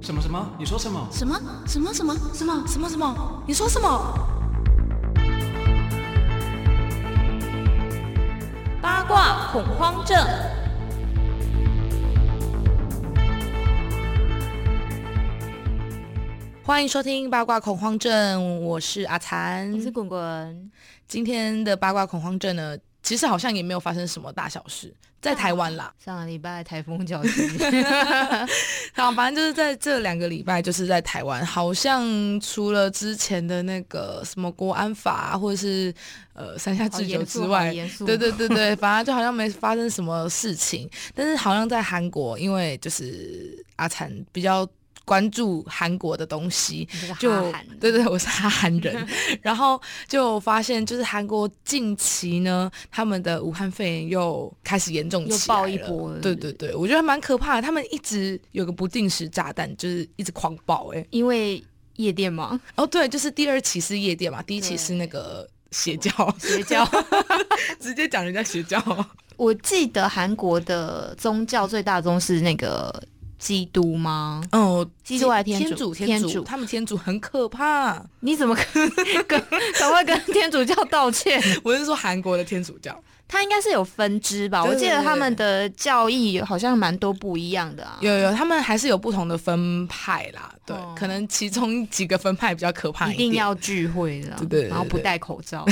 什么什么？你说什么？什么什么什么什么什么什么？你说什么？八卦恐慌症。欢迎收听八卦恐慌症，我是阿残，我是滚滚，今天的八卦恐慌症呢，其实好像也没有发生什么大小事，在台湾啦。 上个礼拜台风 搅局，好，反正就是在这两个礼拜，就是在台湾，好像除了之前的那个什么国安法、啊、或者是呃三下好智久严肃之好外，哦严肃对对对对，反正就好像没发生什么事情。但是好像在韩国，因为就是阿产比较关注韩国的东西，你这个就哈韩，对对，我是哈韩 人，然后就发现就是韩国近期呢，他们的武汉肺炎又开始严重又起来爆一了波了对是不对是对，我觉得还蛮可怕的，他们一直有个不定时炸弹，就是一直狂爆、欸，哎，因为夜店嘛，哦对，就是第二期是夜店嘛，第一期是那对个邪教，邪教。 哦直接讲人家邪教，我记得韩国的宗教最大宗是那个基督吗？哦，基督还是天天主天天主，主他们天主很可怕，你怎么跟 跟赶快跟天主教道歉？我是说韩国的天主教，他应该是有分支吧？对我对记得对他们的教义好像蛮多不一样的啊。有有，他们还是有不同的分派啦，对，哦可能其中几个分派比较可怕一点，定要聚会的啊，对对对然后不对戴口罩，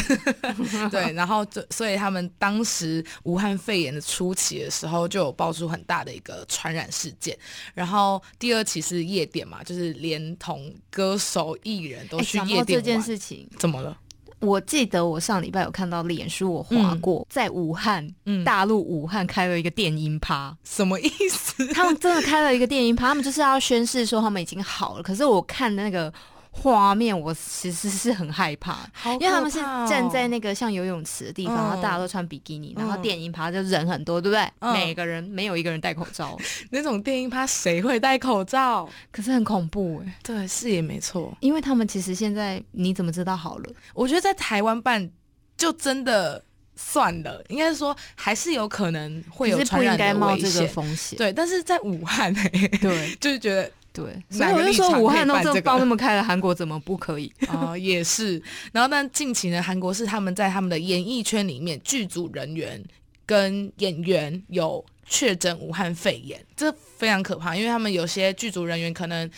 对，然后就所以他们当时武汉肺炎的初期的时候，就有爆出很大的一个传染事件。然后第二期是夜店嘛，就是连同歌手、艺人都哎去讲夜到店这玩。件事情，怎么了？我记得我上礼拜有看到脸书，我划过，在武汉，嗯大陆武汉开了一个电 音趴，什么意思？他们真的开了一个电音趴，他们就是要宣誓说他们已经好了。可是我看那个画面，我其实是很害怕，好因为他们是可怕哦站在那个像游泳池的地嗯方，然后大家都穿比基尼，嗯然后电音趴就人很多，对不对？嗯每个人没有一个人戴口 罩，那种电音趴，谁会戴口罩？可是很恐怖哎、对，是也没错。因为他们其实现在你怎么知道好了？我觉得在台湾办就真的算了，应该说还是有可能会可有是不传应染该的冒危这个险。风险。对，但是在武汉、欸，对就是觉 得对，所哪以个我就立场说可以武汉都办这这么个放那么开了，韩国怎么不可以？哦，也是。然后，但近期呢，韩国是他们在他们的演艺圈里面，剧组人员跟演员有确诊武汉肺炎，这非常可怕，因为他们有些剧组人员可能。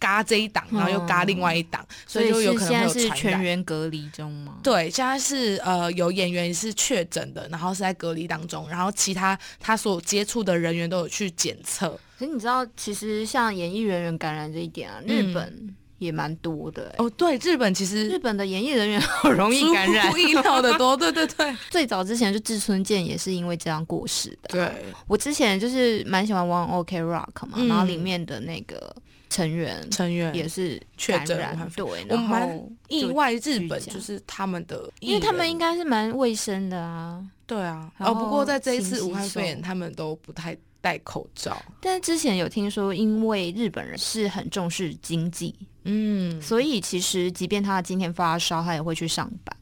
嘎这一档，然后又嘎另外一档，所以就有哦是可现能在会是有传全染。员隔离中吗？对，现在是呃有演员是确诊的，然后是在隔离当中，然后其他他所接触的人员都有去检测。可是你知道，其实像演艺人员感染这一点啊，日本也蛮多的、欸。哦，对，日本其实日本的演艺人员 好容易出感染乎，意料的多，对对对最早之前就志村健也是因为这样过世 的。对，我之前就是蛮喜欢 One OK Rock 嘛，嗯然后里面的那个成员成员也是确感诊武染汉，对，我然蛮后意就，外，日本居家就是他们的艺人，因为他们应该是蛮卫生的啊。对啊，然哦，后不过在这一勤次洗武汉肺炎，手他们都不太戴口罩，但是之前有听说，因为日本人是很重视经济，嗯，所以其实即便他今天发烧，他也会去上班。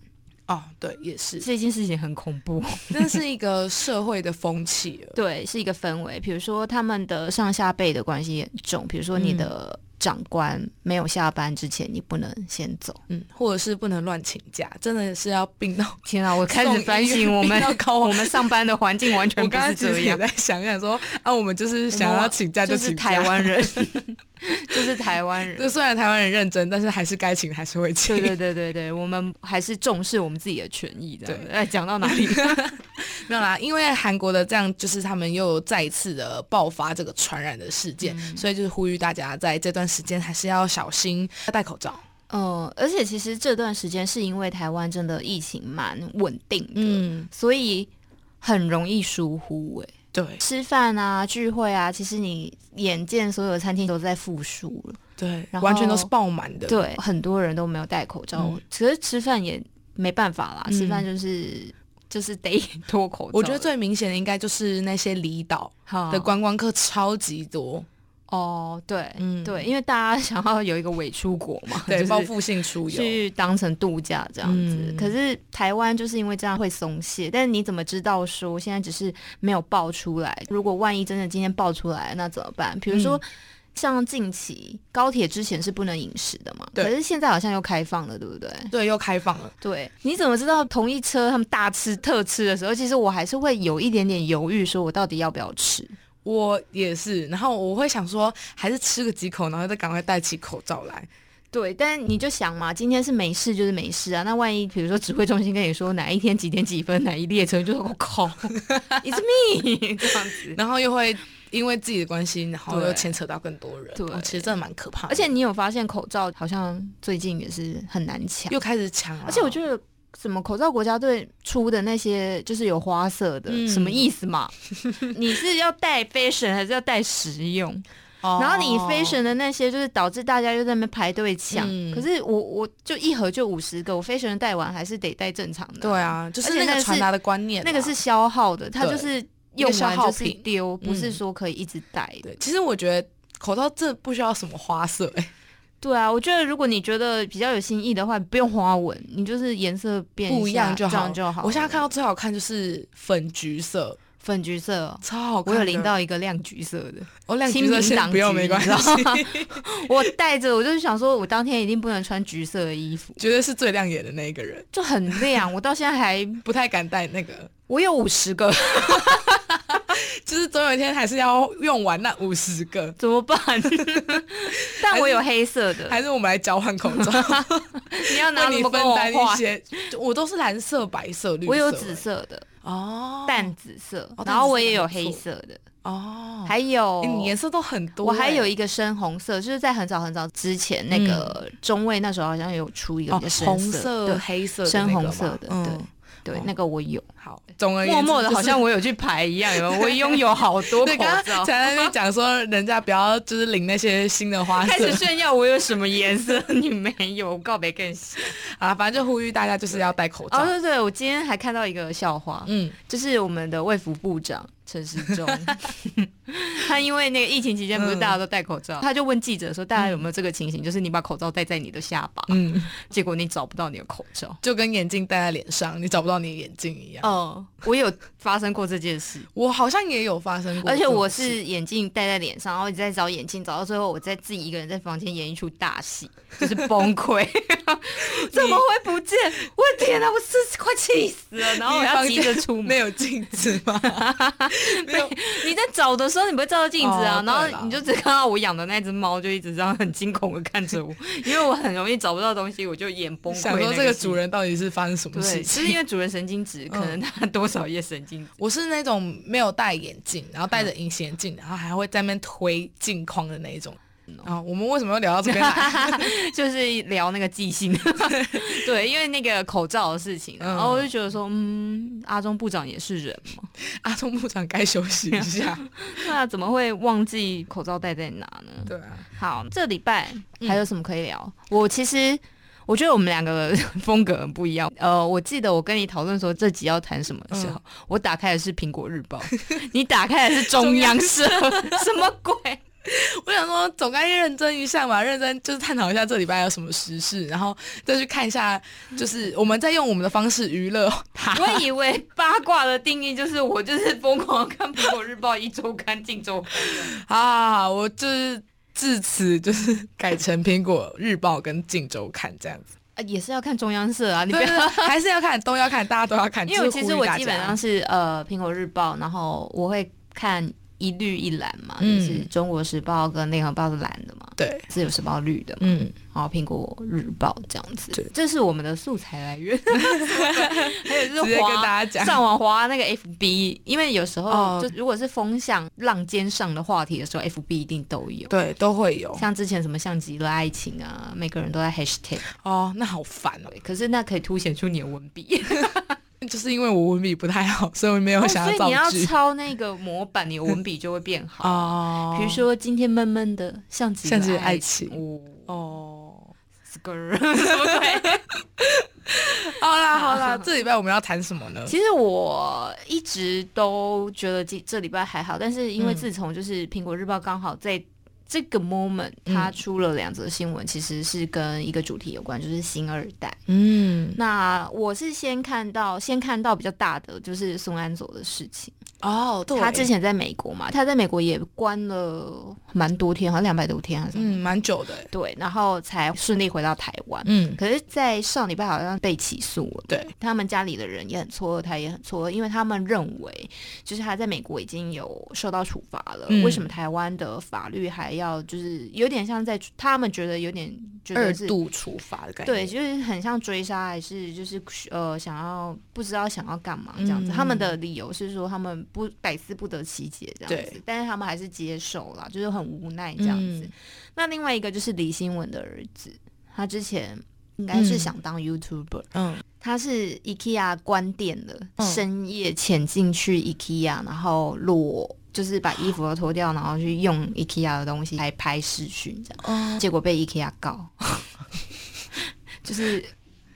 哦，对，也 是，这件事情很恐怖，那是一个社会的风气了， 对，是一个氛围。比如说他们的上下辈的关系也很重，比如说你的长官没有下班之前，你不能先走。嗯，或者是不能乱请假，真的是要病到天啊，我开送始医反院省我病们到高 我们上班的环境完我全不刚是刚其这实也样。在想想说啊，我们就是想我要们请假就是请假台，湾 人，就是台湾 人。就虽然台湾人认真，但是还是该请还是会请对。对对对对，我们还是重视我们自己的权益的。哎，讲到哪里？ 没有啦，因为韩国的这样就是他们又再一次的爆发这个传染的事件，嗯所以就是呼吁大家在这段时间还是要小心，要戴口罩。嗯，而且其实这段时间是因为台湾真的疫情蛮稳定的，嗯所以很容易疏忽、欸。对吃饭啊、聚会啊，其实你眼见所有餐厅都在复苏了，对，然后完全都是爆满的。对，很多人都没有戴口罩，嗯可是吃饭也没办法啦，嗯吃饭就是。就是得 脱口罩了，啊我觉得最明显的应该就是那些离岛好的观光客超级多，哦，对，嗯对，因为大家想要有一个伪出国嘛，对，就是报复性出游。去当成度假这样子。嗯可是台湾就是因为这样会松懈，但是你怎么知道嗯说现在只是没有爆出来？如果万一真的今天爆出来，那怎么办？比如说。像近期高铁之前是不能饮食的嘛，对可是现在好像又开放了，对不对？对，又开放了。对，你怎么知道同一车他们大吃特吃的时候，其实我还是会有一点点犹豫，说我到底要不要吃？我也是，然后我会想说，还是吃个几口，然后再赶快戴起口罩来。对，但你就想嘛，今天是没事就是没事啊。那万一比如说指挥中心跟你说哪一天几点几分哪一列车，你就说我靠，It's me 这样子。然后又会因为自己的关系，然后对又牵扯到更多人。对哦其实真的蛮可怕的而且你有发现口罩好像最近也是很难抢，又开始啊抢了、而且我觉得。什么口罩国家队出的那些就是有花色的，嗯什么意思嘛？你是要带 fashion 还是要带实用？ 哦然后你 fashion 的那些就是导致大家又在那边排队抢。嗯可是我我就一盒就五十个，我 fashion 的戴完还是得戴正常的。对，啊，就而是且那那个个是传达的观念啊、那个是消耗的，它对就是一个用消完耗就是品丢，不是嗯说可以一直戴的。对。其实我觉得口罩真的不需要什么花 色、哎对啊，我觉得如果你觉得比较有新意的话，不用花纹，你就是颜色变不一下样就这好。样就好了。我现在看到最好看就是粉橘色，粉橘色哦、超好我看的。有淋到一个亮橘色的，哦，亮橘清色明先档不要橘没关系，你知道吗 我戴着我就是想说，我当天一定不能穿橘色的衣 服，绝对是最亮眼的那一个人，就很亮。我到现在还不太敢戴那个， 我有五十个，就是总有一天还是要用完那五十个。怎么办？ 但我有黑色的，还是我们来交换口 罩，你要拿为什你么分跟我担一换？些。就我都是蓝色、白色、绿色。我有紫色的，哦，淡紫色嗯哦，然后我也有黑色的，哦，还有诶你颜色都很多欸。我还有一个深红色，就是在很早很早之前，那个中卫那时候好像有出一个哦比较深红色、色、对黑色的那深个嗯红嘛色的，嗯对对哦，那个我有，好，总而言默之默的就是好像我有去排一样，有没有我拥有好多对，口刚罩刚，才在那边讲说，人家不要就是领那些新的花 开色始炫耀我有什么颜色，你没有，我告别更新。啊，反正就呼吁大家就是要戴口罩哦，。对对，我今天还看到一个笑话，嗯，就是我们的卫福部长陈时 中，他因为那个疫情期间不是大家都戴口罩，他就问记者说，大家有没有这个情形，就是你把口罩戴在你的下巴，嗯，结果你找不到你的口罩。就跟眼镜戴在脸上，你找不到你的眼镜一样。哦，我有发生过这件 事，我好像也有发生过而这种事，且我是眼镜戴在脸上，然后一直在找眼镜，找到最后我在自己一个人在房间演一出大戏，就是崩溃， 怎么会不见？我的天哪，我是快气死了！然后我要急着出门没，有镜子吗？没有，你在找的时候，你不会照到镜子啊，哦然对啦后你就只看到我养的那只猫，就一直这样很惊恐的看着我，因为我很容易找不到东西，我就眼 崩溃。想说这个主。人到底是发生什么对，事就是嗯情？因为主人神经质，可能他多少也神经质。我是那种没有戴眼镜，然后戴着隐形眼镜，然后还会在那边推镜框的那一种。嗯啊，我们为什么要聊到这边来？ 就是聊那个记性， 对，因为那个口罩的事情，啊嗯然后我就觉得说，嗯，阿中部长也是人嘛，阿中部长该休息一下。 那怎么会忘记口罩戴在哪呢？对啊，好，这礼拜还有什么可以聊？我其实我觉得我们两个 风格很不一样。呃，我记得我跟你讨论说这集要谈什么的时候，我打开的是《苹果日报》， 你打开的是嗯中央社，什么 鬼？我想说，总该认真一下嘛，认真就是探讨一下这礼拜有什么时事，然后再去看一下，就是我们再用我们的方式娱乐 他。我以为八卦的定义就是我就是疯狂地看《苹果日报》《一周刊》《镜周刊》啊，我就是至此就是 改成苹果日报跟镜周刊这样子。啊，也是要看中央社啊，你对不对要。对，还是要看，都要看，大家都要看。因为我就其是呼实吁我大基本家上是呃《苹果日报》，然后我会看一绿一蓝嘛，嗯就是《中国时报》跟《联合报》是蓝的嘛，对， 《自由时报》绿的嘛，嗯，然后《苹果日报》这样对子，这是我们的素材 来源。直还有就是接跟滑大家讲上网滑那个 FB，因为有时哦候就如果是风向浪尖上的话题的时候，FB 一定都有。对，都会有。像之前什么像极了爱情啊，每个人都在 hashtag，哦，那好烦哦，对可是那可以凸显出你的文笔，就是因为我文笔不太好，所以我没有想哦所以你造要句。抄那个模板，你的文笔就会变好。哦，比如说今天闷闷的，像极像极了了爱情，哦哦。 ，skr 什么鬼？好啦好啦， 这礼拜我们要谈什么呢？ 其实我一嗯直都觉得这这礼拜还好，但是因为自从就是苹果日报刚好在这个 moment 嗯他出了两则新闻，其实是跟一个主题有关，就是新二代。嗯，那我是先看到，先看到比较大的就是宋安佐的事情。哦，对，他之前在美国嘛，他在美国也关了蛮多天，好像两百多天还是什么、嗯蛮久的欸，对，然后才顺利回到台湾。嗯，可是，在上礼拜好像被起诉了。对，他们家里的人也很错愕，他也很错愕，因为他们认为就是他在美国已经有受到处罚了，嗯为什么台湾的法律还要就是有点像在他们觉得有点觉二得是度处罚的感觉，对，就是很像追杀，还是就是呃想要不知道想要干嘛这样子。嗯他们的理由是说他们不百思不得其解这样子对，嗯但是他们还是接受啦，就是很无奈这样子。那另外一个就是李新文的儿子，他之前应该是嗯想当 YouTuber，、嗯，他是 IKEA 关店的，嗯深夜潜进去 IKEA，然后裸就是把衣服都脱掉，然后去用 IKEA 的东西来拍视讯这样。哦，结果被 IKEA 告， 就是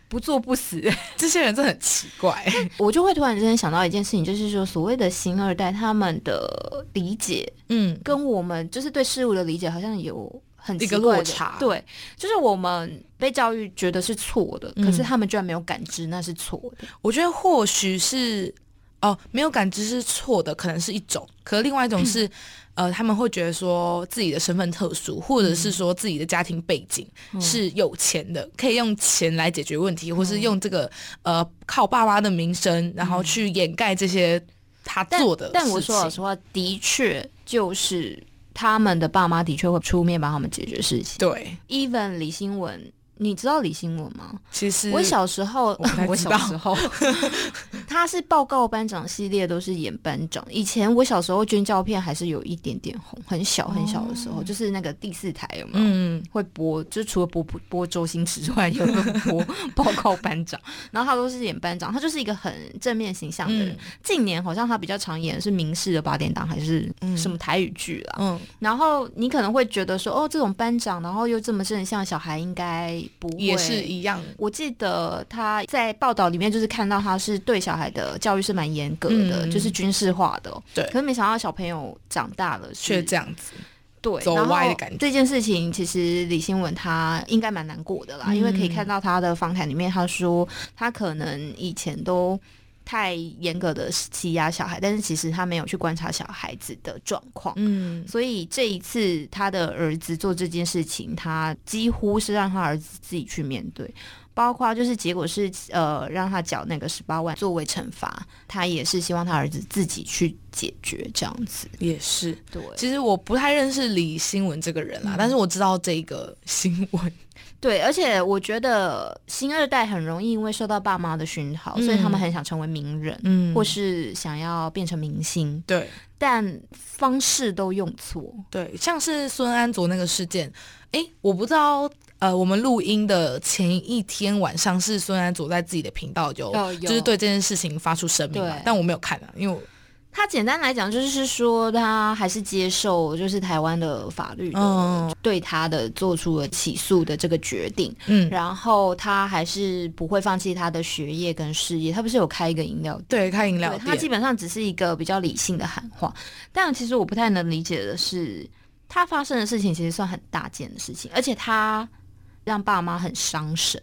不做不死。这些人真的很奇怪， 我就会突然之间想到一件事情，就是说所谓的新二代，他们的理解嗯，跟我们就是对事物的理解好像有。很一个奇怪的落差对，就是我们被教育觉得是错的，嗯可是他们居然没有感知那是错的。我觉得或许是哦，没有感知是错的，可能是一种；可是另外一嗯种是，呃，他们会觉得说自己的身份特殊，或者嗯是说自己的家庭背景是有钱的，可以用钱来解决问嗯题，或是用这个呃靠爸妈的名声，然后去掩盖这些他但做的嗯但我事说老情实话，的确就是他们的爸妈的确会出面帮他们解决事情。对， Even 李新文，你知道李新文吗？其实我小时候嗯不太， 我知小道时 候，他是报告班长系列，都是演班长。以前我小时候捐照片还是有一点点红，很小很小的时候，就是那个第四台有没有？哦嗯会播，就除了播播播周星驰之外，也会播报告班长。 然后他都是演班长，他就是一个很正面形象的人。嗯近年好像他比较常演的是明视的八点档，还是嗯什么台语剧啦。嗯然后你可能会觉得说，哦，这种班长，然后又这么正向，小孩应该不会也是一样，我记得他在报道里面就是看到他是对小孩的教育是蛮严格的，嗯就是军事化的哦、对可是没想到小朋友长大了是却这样子，对走然后歪的感觉这件事情其实李新文他应该蛮难过的啦，因为可以看到他的访谈里面，他说他可能以前都。太严格的欺压小孩，但是其实他没有去观察小孩子的状况，嗯所以这一次他的儿子做这件事情，他几乎是让他儿子自己去面对，包括就是结果是呃让他缴那个十八万作为惩罚，他也是希望他儿子自己去解决这样子。也是。对其实我不太认识李新文这个人啦，但是我知道这个新闻，对，而且我觉得新二代很容易因为受到爸妈的熏陶，所以他们很想成为名人。嗯或是想要变成明星，对但方式都用错。对，像是孙安卓那个事件，诶，我不知道，呃，我们录音的前一天晚上是孙安卓在自己的频道有，哦有就是对这件事情发出声明嘛对，但我没有看啊，因为我他简单来讲就是说，他还是接受就是台湾的法律的嗯对他的做出了起诉的这个决定，嗯，然后他还是不会放弃他的学业跟事业。他不是有开一个饮料店？对，开饮料对，他基店，本上只是一个比较理性的喊话。但其实我不太能理解的是，他发生的事情其实算很大件的事情，而且他让爸妈很伤神。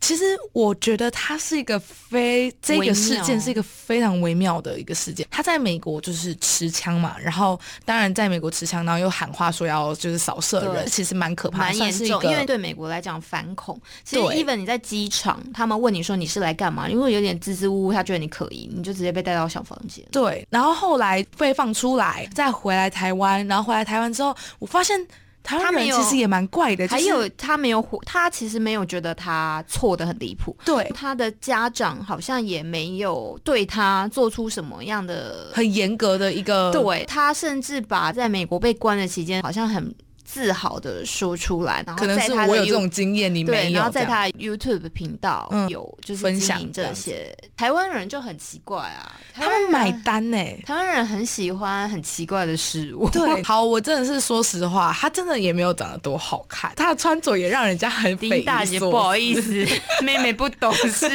其实我觉得他是一个非这微妙个事件是一个非常微妙的一个事件。他在美国就是持枪嘛，然后当然在美国持枪，然后又喊话说要就是扫射人，对其实蛮可怕，蛮算严是一重，个因为对美国来讲反恐，其实对 even 你在机场，他们问你说你是来干嘛，因为有点支支吾吾，他觉得你可疑，你就直接被带到小房间。对，然后后来被放出来，再回来台湾，然后回来台湾之后，我发现台他湾没人有其实也蛮怪的，还就是有他没有火，他其实没有觉得他错的很离谱，对他的家长好像也没有对他做出什么样的很严格的一个对他甚至把在美国被关的期间，好像很自豪的说出来，然后可能在是他我的有 You 这种经验，你对，没有这样。然后在他 YouTube 频道嗯有就是分经享营这这样子些，台湾人就很奇怪啊，台他湾们买人单呢、台湾人很喜欢很奇怪的事物，对， 好，我真的是说实话，他真的也没有长得多好看，他的穿着也让人家很匪丁夷大姐所不好思 意思，妹妹不懂事。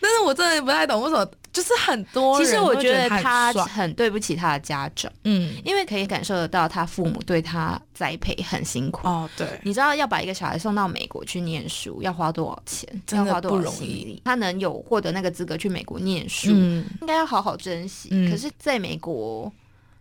但是我真的不太懂为什么就是很多其人实我会觉觉得他他很帅，很对不起他的家长，嗯，因为可以感受得到他父母对他栽培很辛苦。哦，对，你知道要把一个小孩送到美国去念书要花多少钱？真的要花多不少容心易力？他能有获得那个资格去美国念书，嗯，应该要好好珍惜。嗯可是在美国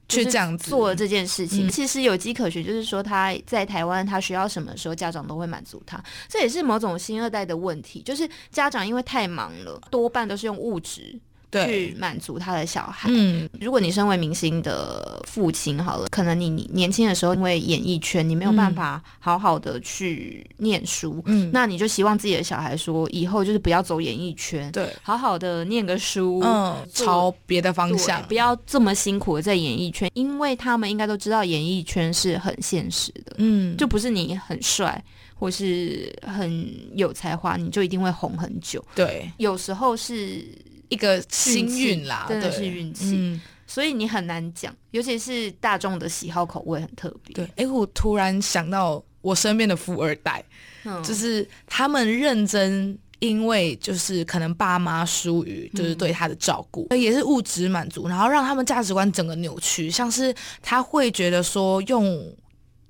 去就是这样子做了这件事情，嗯其实有迹可循，就是说他在台湾他需要什么时候，家长都会满足他。这也是某种新二代的问题，就是家长因为太忙了，多半都是用物质去对，满足他的小孩。嗯，如果你身为明星的父亲，好了，可能你你年轻的时候因为演艺圈，你没有办法好好的去念书，嗯那你就希望自己的小孩说，以后就是不要走演艺圈，对，好好的念个书，嗯，做朝别的对方向不，要这么辛苦的在演艺圈，因为他们应该都知道演艺圈是很现实的，嗯，就不是你很帅或是很有才华，你就一定会红很久，对有时候是。一个幸运啦，真的对是运气嗯，所以你很难讲，尤其是大众的喜好口味很特别。对，哎，我突然想到我身边的富二代，嗯，就是他们认真，因为就是可能爸妈疏于就是对他的照顾，嗯也是物质满足，然后让他们价值观整个扭曲，像是他会觉得说用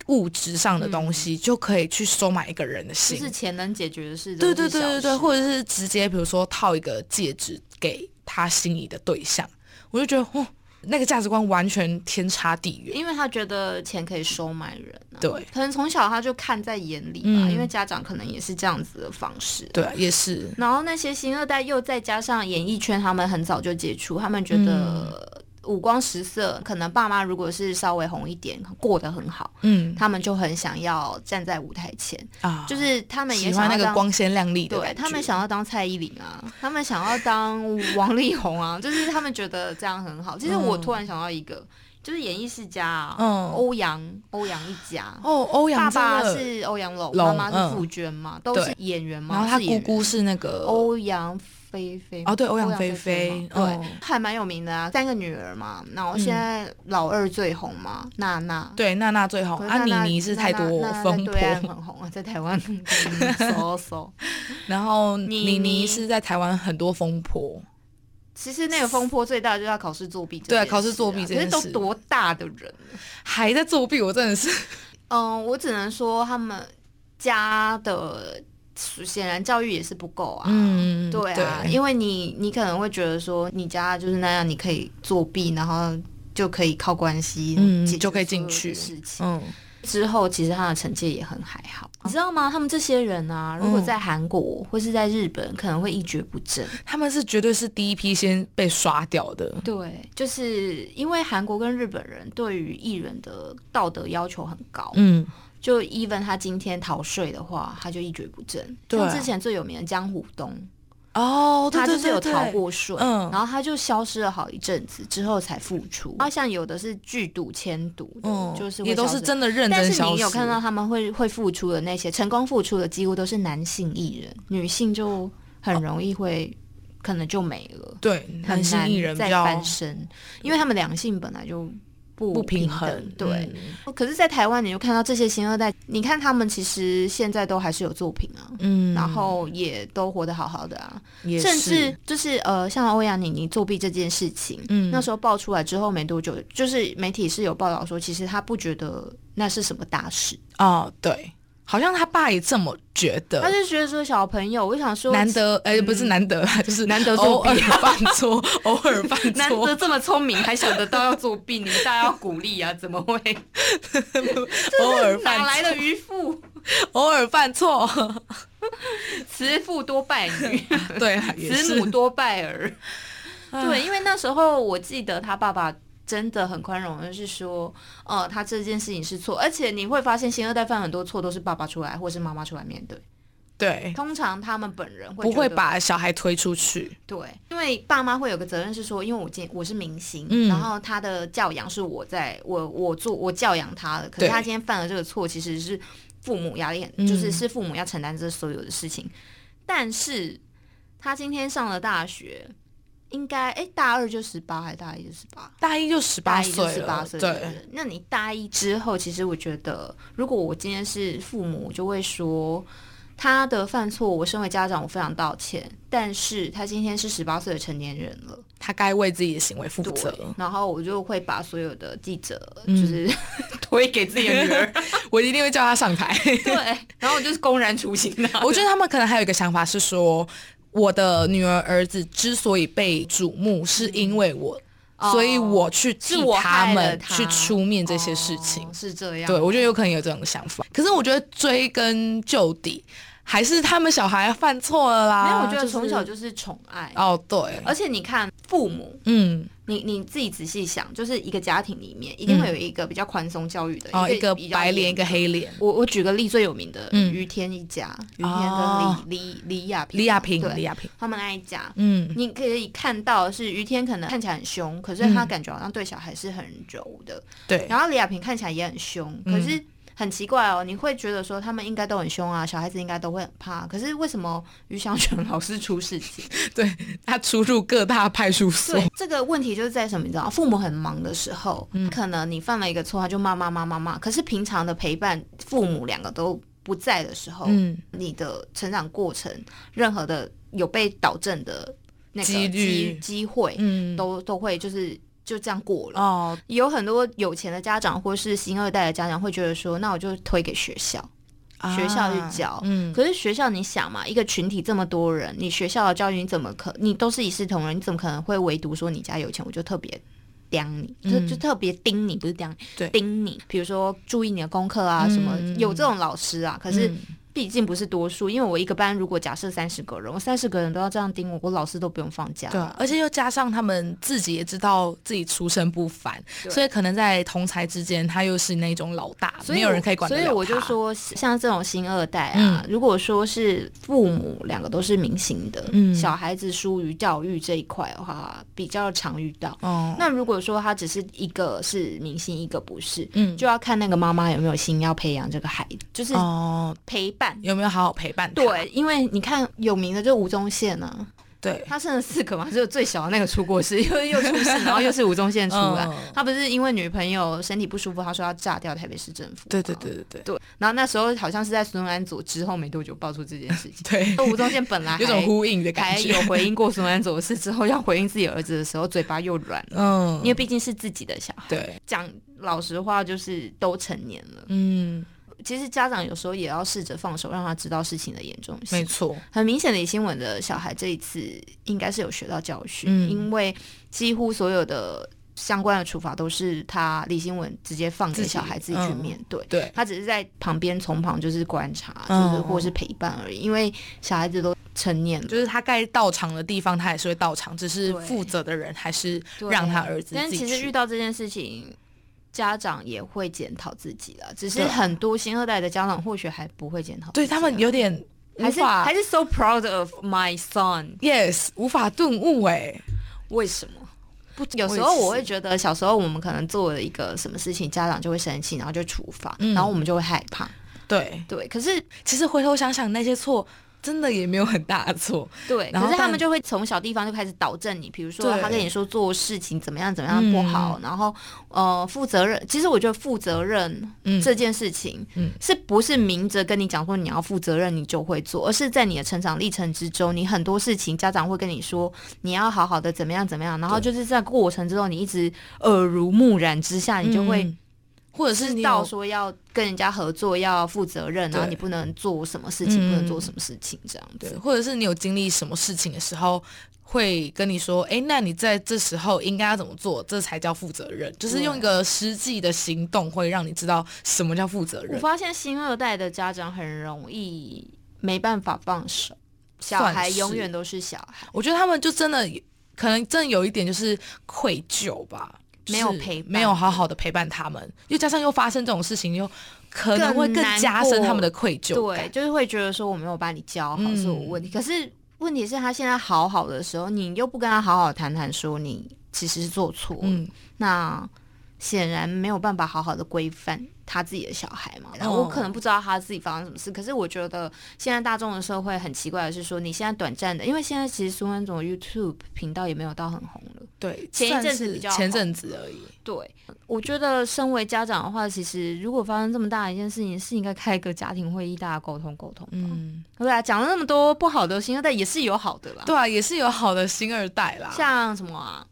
物质上的东西就可以去收买一个人的嗯就心，是钱能解决的事。对对对对对，或或者是直接比如说套一个戒指给他心仪的对象，我就觉得哦，那个价值观完全天差地远，因为他觉得钱可以收买人、啊，对可能从小他就看在眼里吧，嗯因为家长可能也是这样子的方式。对啊，也是，然后那些新二代又再加上演艺圈，他们很早就接触，他们觉嗯得五光十色，可能爸妈如果是稍微红一点，过得很好，嗯他们就很想要站在舞台前，啊，就是他们也喜欢想那要个当光鲜亮丽的对感觉，他们想要当蔡依林啊，他们想要当王力宏啊，就是他们觉得这样很好。其实我嗯突然想到一个，就是演艺世家啊，嗯欧阳欧阳一家，哦，欧阳爸真爸的是欧阳龙，龙妈妈是嗯傅娟嘛，都是对演员嘛，然后他是姑演员哦姑是那个欧阳菲菲哦，对，欧阳欧菲菲菲，嘛对，嗯还蛮有名的啊，三个女儿嘛，然后现在老二最红嘛，娜娜。对，娜娜最红，可啊，娜妮娜妮是娜太娜多娜娜在风对岸 波，很红啊，在台湾 搜搜。然后妮妮妮妮是在台湾很多风 波，其实那个风波最大就是他考试作弊这件对事啊啊，考试作弊这件事可是都多大的人？还在作弊，我真的是，嗯，我只能说他们家的显然教育也是不够啊。嗯， 对啊，因为你你可能会觉得说你家就是那样，你可以作弊，然后就可以靠关系，嗯解决就可以所有进去的事情。嗯，之后其实他的成绩也很还好，你知道吗？他们这些人啊，如果嗯在韩国或是在日本，可能会一蹶不振。他们是绝对是第一批先被刷掉的，对，就是因为韩国跟日本人对于艺人的道德要求很高，嗯，就 even 他今天逃税的话，他就一蹶不振。对啊像之前最有名的江虎东，哦，对他就对是对有逃对，过税，嗯然后他就消失了好一阵子之后才复出。然后像有的是拒赌千赌的，嗯，就是会也都消是失真的认但真是消你失，有看到他们会会付出的那些成功付出的，几乎都是男性艺人，女性就很容易会、可能就没了，对，很男性难艺人比再较翻身，因为他们两性本来就不不平平衡，对。嗯可是，在台湾你就看到这些星二代，你看他们其实现在都还是有作品啊，嗯，然后也都活得好好的啊，也甚是至就是呃，像欧阳妮妮作弊这件事情，嗯那时候爆出来之后没多久，就是媒体是有报道说，其实他不觉得那是什么大事，哦，对，好像他爸也这么觉得他。就觉得说小朋友，我想说难得，哎、不是难得， 就是难得偶作弊尔犯错， 偶尔犯难错得，这么聪明，还想得到要作弊，你们大家要鼓励啊！怎么会？偶尔哪来犯的渔夫？偶尔犯错， 慈父多败女， 对啊，也慈是母，多败儿。啊对，因为那时候我记得他爸爸。真的很宽容，就是说，呃，他这件事情是错，而且你会发现，新二代犯很多错都是爸爸出来或是妈妈出来面对，对，通常他们本人会不会觉得把小孩推出去，对，因为爸妈会有个责任是说，因为我今我是明星，嗯然后他的教养是我在我我做我教养他的，可是对他今天犯了这个错，其实是父母压力很，嗯就是是父母要承担这所有的事情。但是他今天上了大学，应该哎大二就十八还是大一就十八？大一就十大八一就岁十八了，岁，对，。那你大一之后，其实我觉得，如果我今天是父母，我就会说。他的犯错，我身为家长，我非常道歉。但是他今天是十八岁的成年人了，他该为自己的行为负责。对。然后我就会把所有的记者就嗯是、 推给自己的 女儿，我一定会叫他上台。对，然后我就是公然处刑 的。啊我觉得他们可能还有一个想法是说，我的女儿儿子之所以被瞩目，是因为我，哦所以嗯我去替是我他害了们他去出面这些事情。哦是这样，对，我觉得有可能有这种想法。可是我觉得追根究底，还是他们小孩犯错了啦。没有，我觉得啊就是从小就是宠爱，哦，对，而且你看父母，嗯，你你自己仔细想，就是一个家庭里面一定会有一个比较宽松教育的，嗯哦，一个比较白脸，一严个黑脸。我我举个例，最有名的嗯于天一家，于天哦跟李李李亚平，李亚平，李对，亚平，他们那一家，嗯，你可以看到是于天可能看起来很凶，可是嗯他感觉好像对小孩是很柔的，对，然后李亚平看起来也很凶，可嗯是。很奇怪哦，你会觉得说他们应该都很凶啊，小孩子应该都会很怕。可是为什么于祥全 老是出事情？ 对他出入各大派出所对，，这个问题就是在什么？你知道，父母很忙的时候，嗯可能你犯了一个错，他就骂骂骂骂骂。可是平常的陪伴，父母两个都不在的时候，嗯，你的成长过程，任何的有被导正的那个几率机机会，嗯，都都会就是就这样过了。哦，有很多有钱的家长或是新二代的家长会觉得说，那我就推给学校。啊学校去教嗯，可是学校，你想嘛，一个群体这么多人，你学校的教育你怎么可，你都是一视同仁，你怎么可能会唯独说你家有钱我就特别刁你，就嗯就特别盯你，不是刁你，对盯你，比如说注意你的功课啊什么，嗯有这种老师啊，可是嗯毕竟不是多数，因为我一个班如果假设三十个人，我三十个人都要这样盯我，我老师都不用放假，对啊，而且又加上他们自己也知道自己出身不凡，对所以可能在同才之间，他又是那种老大，所以没有人我可以管得所以了我就他，嗯说，像这种新二代啊，如果说是父母两个都是明星的，嗯小孩子疏于教育这一块的话，比较常遇到。哦，那如果说他只是一个是明星，一个不是，嗯，就要看那个妈妈有没有心要培养这个孩子，就是哦，陪伴。有没有好好陪伴他？对，因为你看有名的就吴宗宪啊，对，他生了四个嘛，只有最小的那个出过事，又 又出事，然后又是吴宗宪出来。嗯他不是因为女朋友身体不舒服，他说要炸掉台北市政府。对对对对对对，然后那时候好像是在孙安佐之后没多久爆出这件事情。 对，那吴宗宪本来有种还呼应的还感觉，有回应过孙安佐的事，之后要回应自己儿子的时候，嘴巴又软了，嗯，因为毕竟是自己的小孩。对，讲老实话，就是都成年了。嗯，其实家长有时候也要试着放手，让他知道事情的严重没性。错，很明显的，李新闻的小孩这一次应该是有学到教训，嗯因为几乎所有的相关的处罚都是他李新闻直接放自给己小孩自己去嗯面对。对，他只是在旁边从旁就是观察，嗯就是或是陪伴而已，因为小孩子都成年了，就是他该到场的地方，他还是会到场，只是对负责的人还是对让他儿子但自己其实去遇到这件事情，家长也会检讨自己了，只是对很多新二代的家长或许还不会检讨自对己啦，他们有点无还是法还是 so proud of my son， yes 无法顿悟哎、为什么？不，有我时也候是我会觉得，小时候我们可能做了一个什么事情，家长就会生气，然后就处罚，嗯然后我们就会害怕。对，对，可是其实回头想想那些错，真的也没有很大的错。对，然可后是他们但就会从小地方就开始导正你，比如说对他跟你说做事情怎么样怎么样不好，嗯然后呃负责任。其实我觉得负责任嗯这件事情，嗯是不是明着跟你讲说你要负责任你就会做，而是在你的成长历程之中，你很多事情家长会跟你说你要好好的怎么样怎么样，然后就是在过程之中你一直耳濡目染之下，你就会嗯或者是知你道有说要跟人家合作要负责任，然后对你不能做什么事情，不能做什么事情这样子对，。或者是你有经历什么事情的时候，会跟你说，哎，那你在这时候应该要怎么做，这才叫负责任。就是用一个实际的行动，会让你知道什么叫负责我任。发现新二代的家长很容易没办法放手，小算孩是永远都是小孩，我觉得他们就真的可能真的有一点就是愧疚吧。就是没有陪伴没有好好的陪伴他们，又加上又发生这种事情，又可能会更更难加深他们过的愧疚对，感。就是会觉得说我没有把你教好嗯是我问题。可是问题是他现在好好的时候，你又不跟他好好谈谈，说你其实是做错了，嗯，那显然没有办法好好的规范他自己的小孩嘛。然后哦我可能不知道他自己发生什么事，可是我觉得现在大众的社会很奇怪的是说，你现在短暂的，因为现在其实苏安总 YouTube 频道也没有到很红了。对，前一阵算子是比较前好阵子而已。对，我觉得身为家长的话，其实如果发生这么大的一件事情，是应该开一个家庭会议，大家沟通沟通。嗯，嗯，对啊，讲了那么多不好的新二代，也是有好的啦。对啊，也是有好的新二代啦，像什么啊？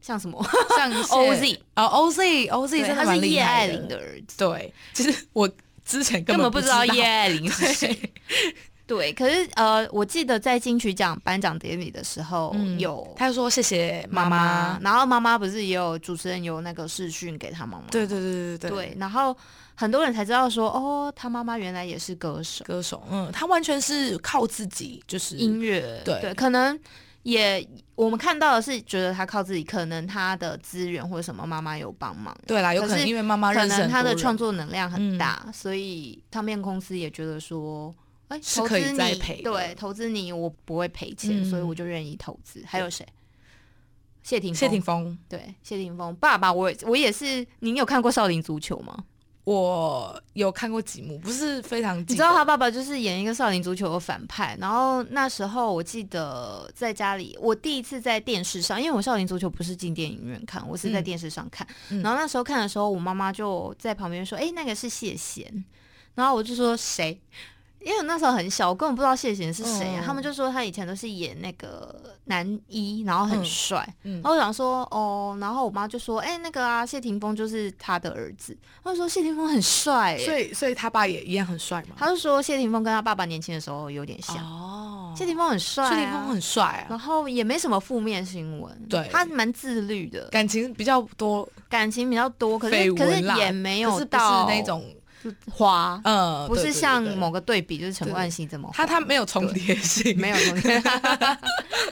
像什么？像 一些 OZ 哦，OZ OZ 对，真的他是蛮厉叶害爱的玲。的儿子，对，其实我之前根根本不不知知道叶耶。爱玲是谁。 对，可是呃，我记得在金曲奖颁奖典礼的时候、嗯有他就说谢谢妈妈妈，。然后妈妈不是也有主持人有那个视讯给他妈妈，对对对对对对，然后很多人才知道说，哦，他妈妈原来也是歌手，歌手，嗯，他完全是靠自己，就是音乐，对可能也我们看到的是觉得他靠自己，可能他的资源或者什么妈妈有帮忙，对啦，有可可能是因为妈妈可认识能很他的多人嗯创作能量很大，所以唱片公司也觉得说。哎，是投可以资栽你培的对，投资你我不会赔钱，嗯所以我就愿意投资。还有谁？谢霆锋谢霆锋，对，谢霆锋爸爸，我也我也是。您有看过《少林足球》吗？我有看过几幕，不是非常你记知道得他爸爸就是演一个少林足球的反派，然后那时候我记得在家里，我第一次在电视上，因为我少林足球不是进电影院看，我是在嗯电视上看。嗯然后那时候看的时候，我妈妈就在旁边说：“哎、那个是谢贤。”然后我就说：“谁？”因为我那时候很小，我根本不知道谢贤是谁啊。嗯他们就说他以前都是演那个男一，然后很嗯帅。嗯然后我想说哦，然后我妈就说：“哎、那个啊，谢霆锋就是他的儿子。”她就说：“谢霆锋很帅、欸。”所以所以他爸也一样很帅嘛。他就说谢霆锋跟他爸爸年轻的时候有点像，哦，谢霆锋很帅、啊，谢霆锋，很帅啊，然后也没什么负面新闻，对他蛮自律的，感情比较多，感情比较多，可是绯可是闻啦也没可有是不是到那种花，呃， 不对是对像对对某个对比就是陈冠希这么他花，他没有重叠性， 没有重叠，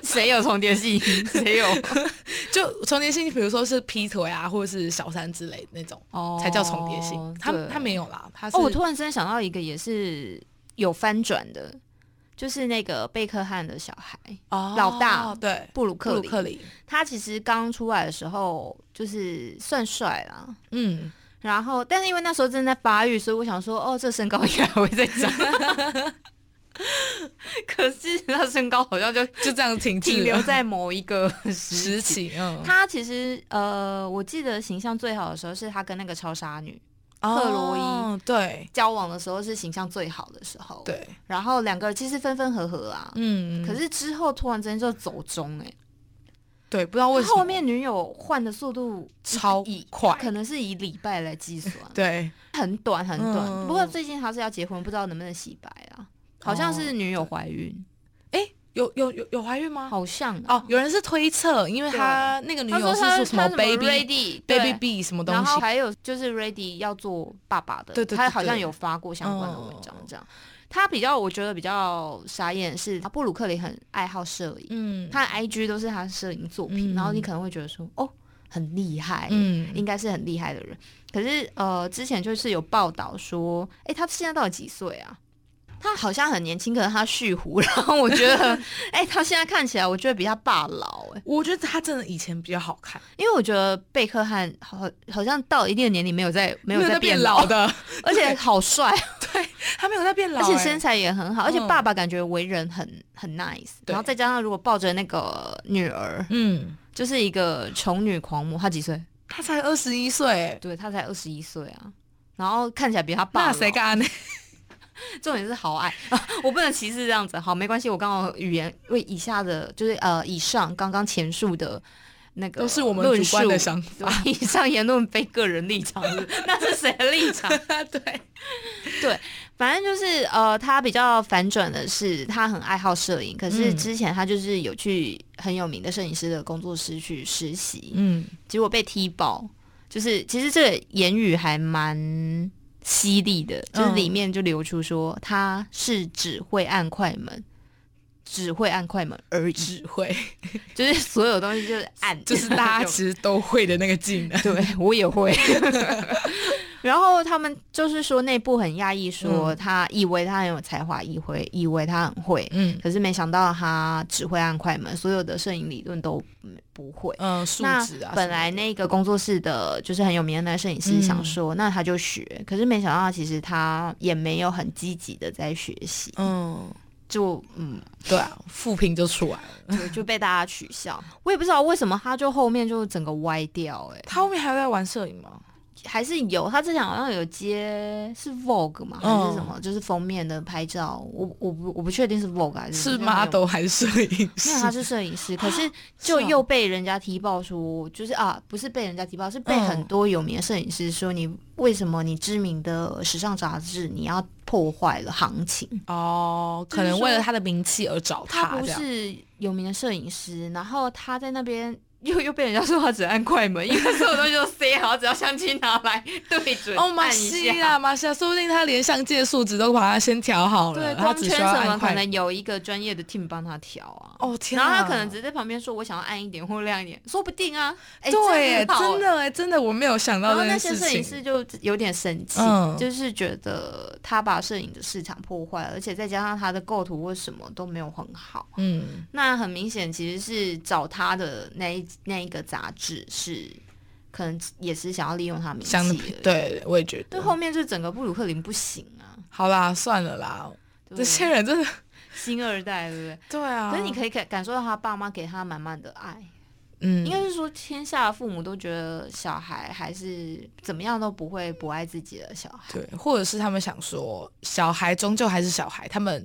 谁有重叠 性？谁有？ 就重叠性，比如说是劈腿啊，或者是小三之类那种，哦才叫重叠性。他对他没有啦，他是哦，我突然之间想到一个也是有翻转的，就是那个贝克汉的小孩哦老大对布鲁布克鲁林。克林，他其实刚出来的时候就是算帅啦，嗯，然后但是因为那时候正在发育，所以我想说，哦，这身高应该还会再长。 可是他身高好像就就这样停 停滞留了在某一个时 时期。期，嗯，他其实呃，我记得形象最好的时候是他跟那个超杀女克洛伊哦，对交往的时候，是形象最好的时候。，对，然后两个其实分分合合啊，嗯，哦可是之后突然之间就走中哎、欸对，不知道为他什么后面女友换的速度超以快可能是以礼拜来计算，对，很短很短。嗯哦不过最近他是要结婚，不知道能不能洗白啊？好像是女友怀孕，哎，有有有有怀孕吗？好像啊哦，有人是推测，因为他那个女他友说是他说什么他 baby ready baby 对 B 什么东然西后，还有就是 ready 要做爸爸的，对对对他好像对有发过相关的文章嗯，这样。他比较我觉得比较傻眼的是，布鲁克林很爱好摄影，嗯，他的 IG 都是他的摄影作品，嗯然后你可能会觉得说，哦，很厉害，嗯应该是很厉害的人。可是呃，之前就是有报道说，哎、他现在到底几岁啊？他好像很年轻，可是他蓄胡，然后我觉得，哎、他现在看起来，我觉得比他爸老、哎，我觉得他真的以前比较好看，因为我觉得贝克汉好好像到了一定的年龄没有在没有在在变老，的，而且好帅， 他没有在变老，而且哎身材也很好，而且嗯爸爸感觉为人很很 nice，对然后再加上如果抱着那个女儿，嗯，就是一个宠女狂魔，她几岁？他才二十一岁，欸对他才二十一岁啊，然后看起来比他爸那老谁？干呢？重点是好矮， 我不能歧视这样子。好，没关系，我刚好语言为以下的，就是呃，以上刚刚前述的那个都是我们论主观的述想法。 对，以 上言论非个人立场是不 是那是谁的立 场？对，反正就是呃，他比较反转的是，他很爱好摄影，可是嗯之前他就是有去很有名的摄影师的工作室去实习，嗯，结果被踢爆，就是其实这个言语还蛮犀利的，嗯就是里面就流出说他是只会按快门，只会按快门而已，只 会就是所有东西就是按，。就是大家其实都会的那个技能对我也会。 然后他们就是说内部很压抑，说他以为他很有才华，以为以为他很会， 嗯可是没想到他只会按快门，所有的摄影理论都嗯不会。嗯，数那值啊，本来那个工作室的，就是很有名的那个摄影师想嗯说，那他就学，可是没想到其实他也没有很积极的在学习。嗯，就嗯，对啊，负评就出来了。就就被大家取笑。我也不知道为什么他就后面就整个歪掉、欸，他后面还有在玩摄影吗？还是有他之前好像有接是 Vogue 嘛，还嗯是什么，就是封面的拍照，我我不我不确定是 Vogue 还是是什么因为 model 还是摄影没师有，？他是摄影师，可是啊就又被人家踢爆说，就是啊，不是被人家踢爆，是被嗯很多有名的摄影师说你为什么你知名的时尚杂志你要破坏了行情？哦，就是可能为了他的名气而找嗯他不这样。是有名的摄影师，然后他在那边又又被人家说他只按快门，因为所有东西都塞好，只要相机拿来对 准哦，马按一西下。亚，马西亚，说不定他连相机的数值都把它先调好了，对，他光只圈需要什么按可快。能有一个专业的 team 帮他调啊。哦天然啊，后他可能只是在旁边说：“我想要暗一点或亮一点，说不定啊。哎”对耶，这样很好真哎的哎，真的我没有想然到后这那件些事摄影情。师就有点生气，嗯就是觉得他把摄影的市场破坏了，而且再加上他的构图或什么都没有很好。嗯，那很明显，其实是找他的那一那一个杂志是，可能也是想要利用他名气想而的已。对，我也觉对，得。后面就整个布鲁克林不行啊，好啦，算了啦，这对不对些人真 的新二代，对不对？对啊。可是你可以感感受到他爸妈给他满满的爱，嗯，应该是说天下的父母都觉得小孩还是怎么样都不会不爱自己的小孩。对，或者是他们想说，小孩终究还是小孩，他们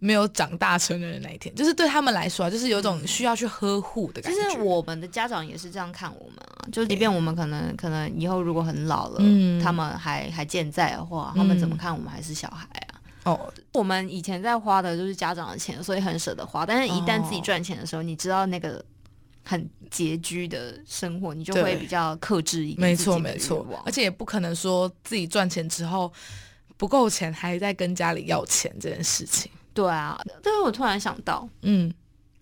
没有长大成人的那一天，就是对他们来说啊，就是有种需要去呵护的嗯其感实觉。我们的家长也是这样看我们啊，就即便我们可能可能以后如果很老了，嗯他们还还健在的话，他们怎么嗯看我们还是小孩啊？哦，我们以前在花的就是家长的钱，所以很舍得花。但是，一旦自己赚钱的时候，你知道那个很拮据的生活，你就会对比较克制一点。没错没错，而且且也不可能说自己赚钱之后不够钱，还在跟家里要钱这件事情。对啊，但是我突然想到，嗯，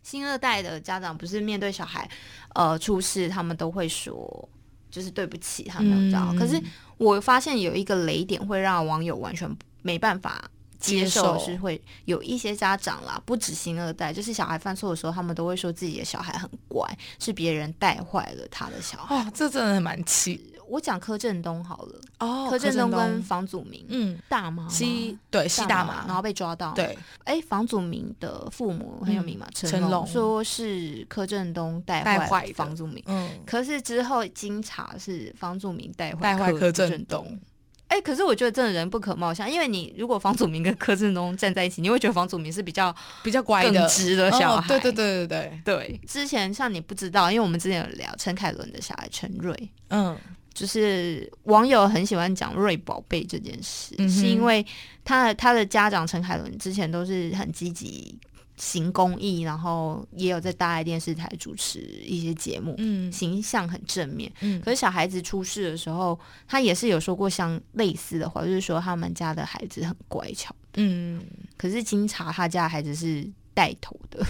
新二代的家长不是面对小孩，呃，出事他们都会说。就是对不起，他没有教好。嗯可是我发现有一个雷点会让网友完全没办法接受，接受是会有一些家长啦，不止新二代，就是小孩犯错的时候，他们都会说自己的小孩很乖，是别人带坏了他的小孩。哦，这真的很蛮气我讲柯震东好了，哦柯震东跟房哦祖名、嗯大妈吸对吸大麻，麻，然后被抓到，对哎，房祖名的父母很有名嘛，嗯成成龙龙说是柯震东带带坏了的房祖名，嗯可是之后经查是房祖名带坏带坏柯震东东。哎、可是我觉得真的人不可貌相，因为你如果房祖名跟柯震东站在一起，你会觉得房祖名是比较比较乖耿的直的小孩。哦对对对对对，对。之前像你不知道，因为我们之前有聊陈凯伦的小孩陈瑞，嗯就是网友很喜欢讲瑞宝贝这件事，嗯哼是因为他的他的家长陈凯伦之前都是很积极行公益，然后也有在大爱电视台主持一些节目，嗯形象很正面。嗯可是小孩子出事的时候，他也是有说过相类似的话，就是说他们家的孩子很乖巧，嗯。可是经查他家的孩子是带头 的，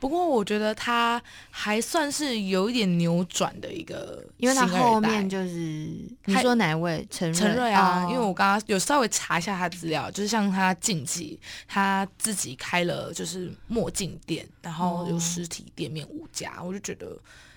不过我觉得他还算是有一点扭转的一个因新为二代，他后面就是你他说哪一位陈陈瑞瑞啊，哦因为我刚刚有稍微查一下他资料，就是像他近期他自己开了就是墨镜店，然后哦有实体店面五家，我就觉得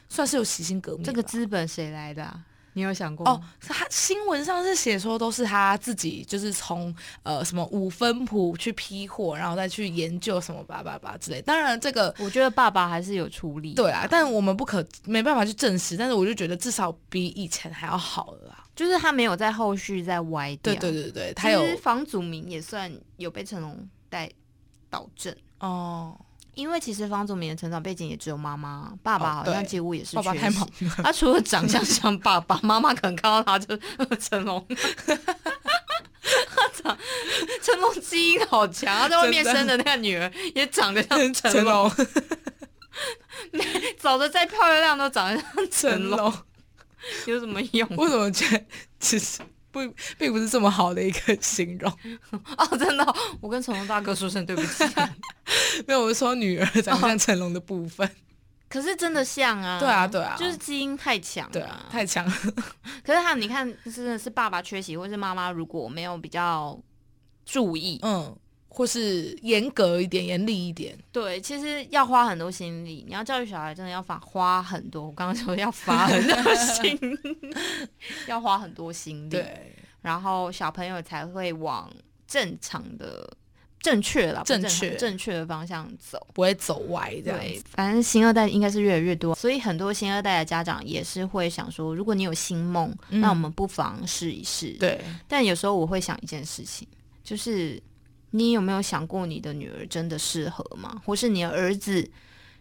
算是有洗心革面吧。这个资本谁来的、啊？你有想过吗哦，他新闻上是写说都是他自己，就是从呃什么五分谱去批货，然后再去研究什么叭叭叭之类。当然这个我觉得爸爸还是有出力，对啊，但我们不可没办法去证实，但是我就觉得至少比以前还要好了啦。就是他没有在后续再歪掉。对对对对，啊其他有实房祖名也算有被成龙带导正，哦，因为其实房祖名的成长背景也只有妈妈，爸爸哦好像对几乎也是爸爸缺太席忙了，他除了长相像爸爸，妈妈可能看到他就是 成龙。他长成龙基因好强，啊他在外面真的生的那个女儿也长得像成成龙，龙，长得再漂亮都长得像成成龙，龙，有什么用？ 我怎么觉得其实不并不是这么好的一个形容？ 哦，真的哦、我跟成龙大哥说声对不起。没有，我是说女儿长相成龙的部分，可是真的像啊，对啊对啊就是基因太强、 对啊，太强了，可是他你看，真的是爸爸缺席，或是妈妈如果没有比较注意，嗯，或是严格一点，严厉一点，对，其实要花很多心力。你要教育小孩，真的要花花很多。我刚刚说要花很多心 力，要花很多心力，对，然后小朋友才会往正常的。正确了，不正是常确正确的方向走。不会走歪这样对子。，反正新二代应该是越来越多，所以很多新二代的家长也是会想说，如果你有新梦，嗯那我们不妨试一试。，对，但有时候我会想一件事情，就是你有没有想过你的女儿真的适合吗？或是你的儿子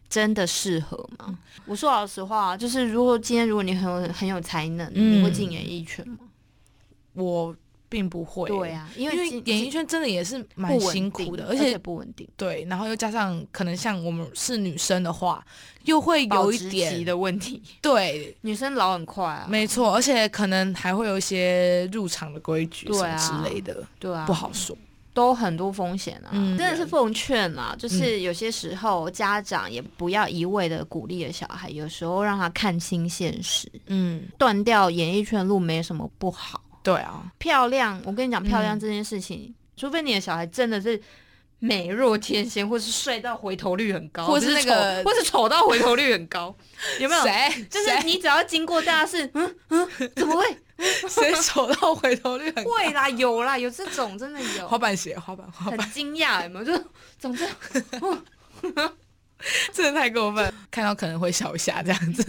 真的适合嗯吗？我说老实话，就是如果今天如果你很有很有才能，嗯你会进演艺圈吗？我并不会。对啊，因因为为进演艺圈真的也是不蛮稳辛定苦的，而而且不稳定，对，然后又加上可能像我们是女生的话，又会有保一质期点的问题， 对，女生老很快啊，没错，而且可能还会有一些入场的规矩对什啊么之类的，对啊，不好说。都很多风险啊，嗯真的是奉劝啦，就是有些时候家长也不要一味的鼓励了小孩，有时候让他看清现实，嗯，断掉演艺圈路没什么不好。对啊，漂亮，我跟你讲，嗯漂亮这件事情，除非你的小孩真的是。美若天仙，或是帅到回头率很高，或是那个丑或是丑到回头率 很高，有没有？谁就是 你只要经过大家是，嗯嗯，怎么会？谁谁丑到回头率很高？ 会啦，有啦，有这种真的有，滑板鞋，滑板，滑很板，惊讶，有没有？就是 总之哦真的太过分， 看到可能会笑一下这 样子。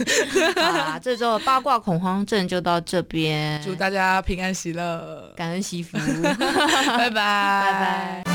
好啦，这周的八卦恐慌症就到这边， 祝大家平安喜乐，感恩惜福，拜拜，拜拜拜。。